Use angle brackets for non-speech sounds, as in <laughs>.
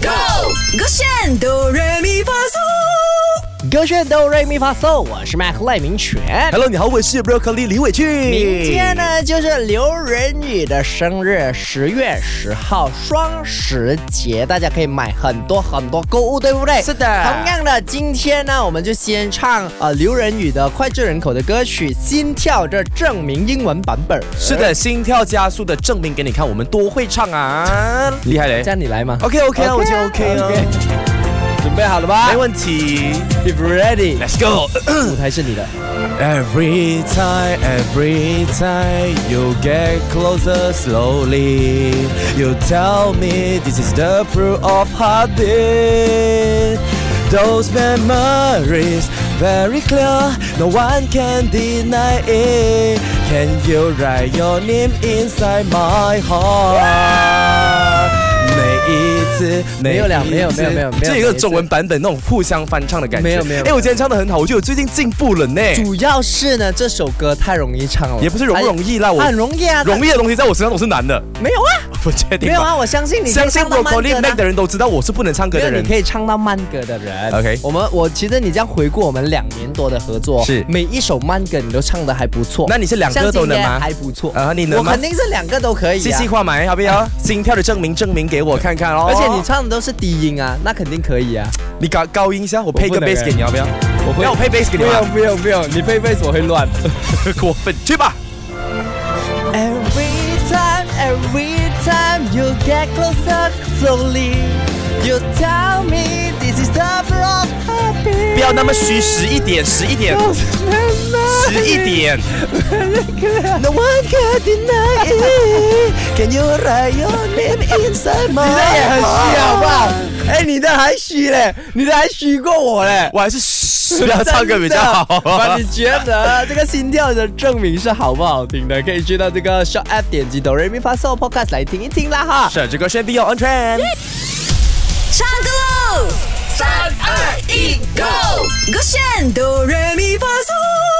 Go！勾选哆来咪发嗦，歌炫哆瑞咪发嗦，我是麦克赖明全。 Hello，你好，我是 Broccoli 李伟俊。明天？呢就是刘仁宇的生日，十月十号双十节，大家可以买很多很多购物，对不对？是的同样的，今天呢，我们就先唱呃刘仁宇的脍炙人口的歌曲《心跳》这证明英文版本。是的，心跳加速的证明给你看，我们多会唱啊，厉害嘞这样你来吗 OK OK 啊，我就 OK 啊，哦准备好了吧没问题。 ？If ready， Let's go 舞台是你的。 Every time, every time you get closer slowly, you tell me this is the proof of heartbeat. Those memories very clear, no one can deny it. Can you write your name inside my heart? 每一次，没有了没有没有没有没有这一个每一次中文版本那种互相翻唱的感觉。没有没有哎，我今天唱的很好，我觉得我最近进步了呢。主要是呢，这首歌太容易唱了，也不是容不容易啦，我哎很容易啊，容易的东西在我身上都是难的， <laughs> 没有啊，不确定吧。没有啊，我相信你可以相信唱到我慢 c o l l 歌 e 的 Mac 的人都知道我是不能唱歌没有的人你。可以唱到慢歌的人。 OK 我们我其实你这样回顾我们两年多的合作，是每一首慢歌你都唱的还不错。那你是两个都能吗相信应该还不错啊你能我吗肯定是两个都可以、啊。细细话埋，好不 <laughs> 好？心跳的证明证明给我看看哦。啊而且你唱的都是低音啊，那肯定可以啊。你高高音一下，我配我个不能啊 bass 给你，好啊不好？我要我配 bass 给你吗？不用不用，你配贝我会乱。 <laughs> 过分，去吧。 Every time, every time you get closer slowly, you tell me this is the love happy. 不要那么虚，十一点，十一点，十一点。 No one can deny it. Can you write your name inside my 你的也很虚好不好？哎，你的还虚嘞，你的还虚过我嘞。我还是嘘不要唱歌比较好。那你 <laughs> 觉得这个心跳的证明是好不好听的？可以去到这个 Shop App 点击 Do Re Mi Fa So Podcast 来听一听啦哈。是这个是 Beyond on Trend。唱歌喽！三二一，Go！勾选哆来咪发嗦。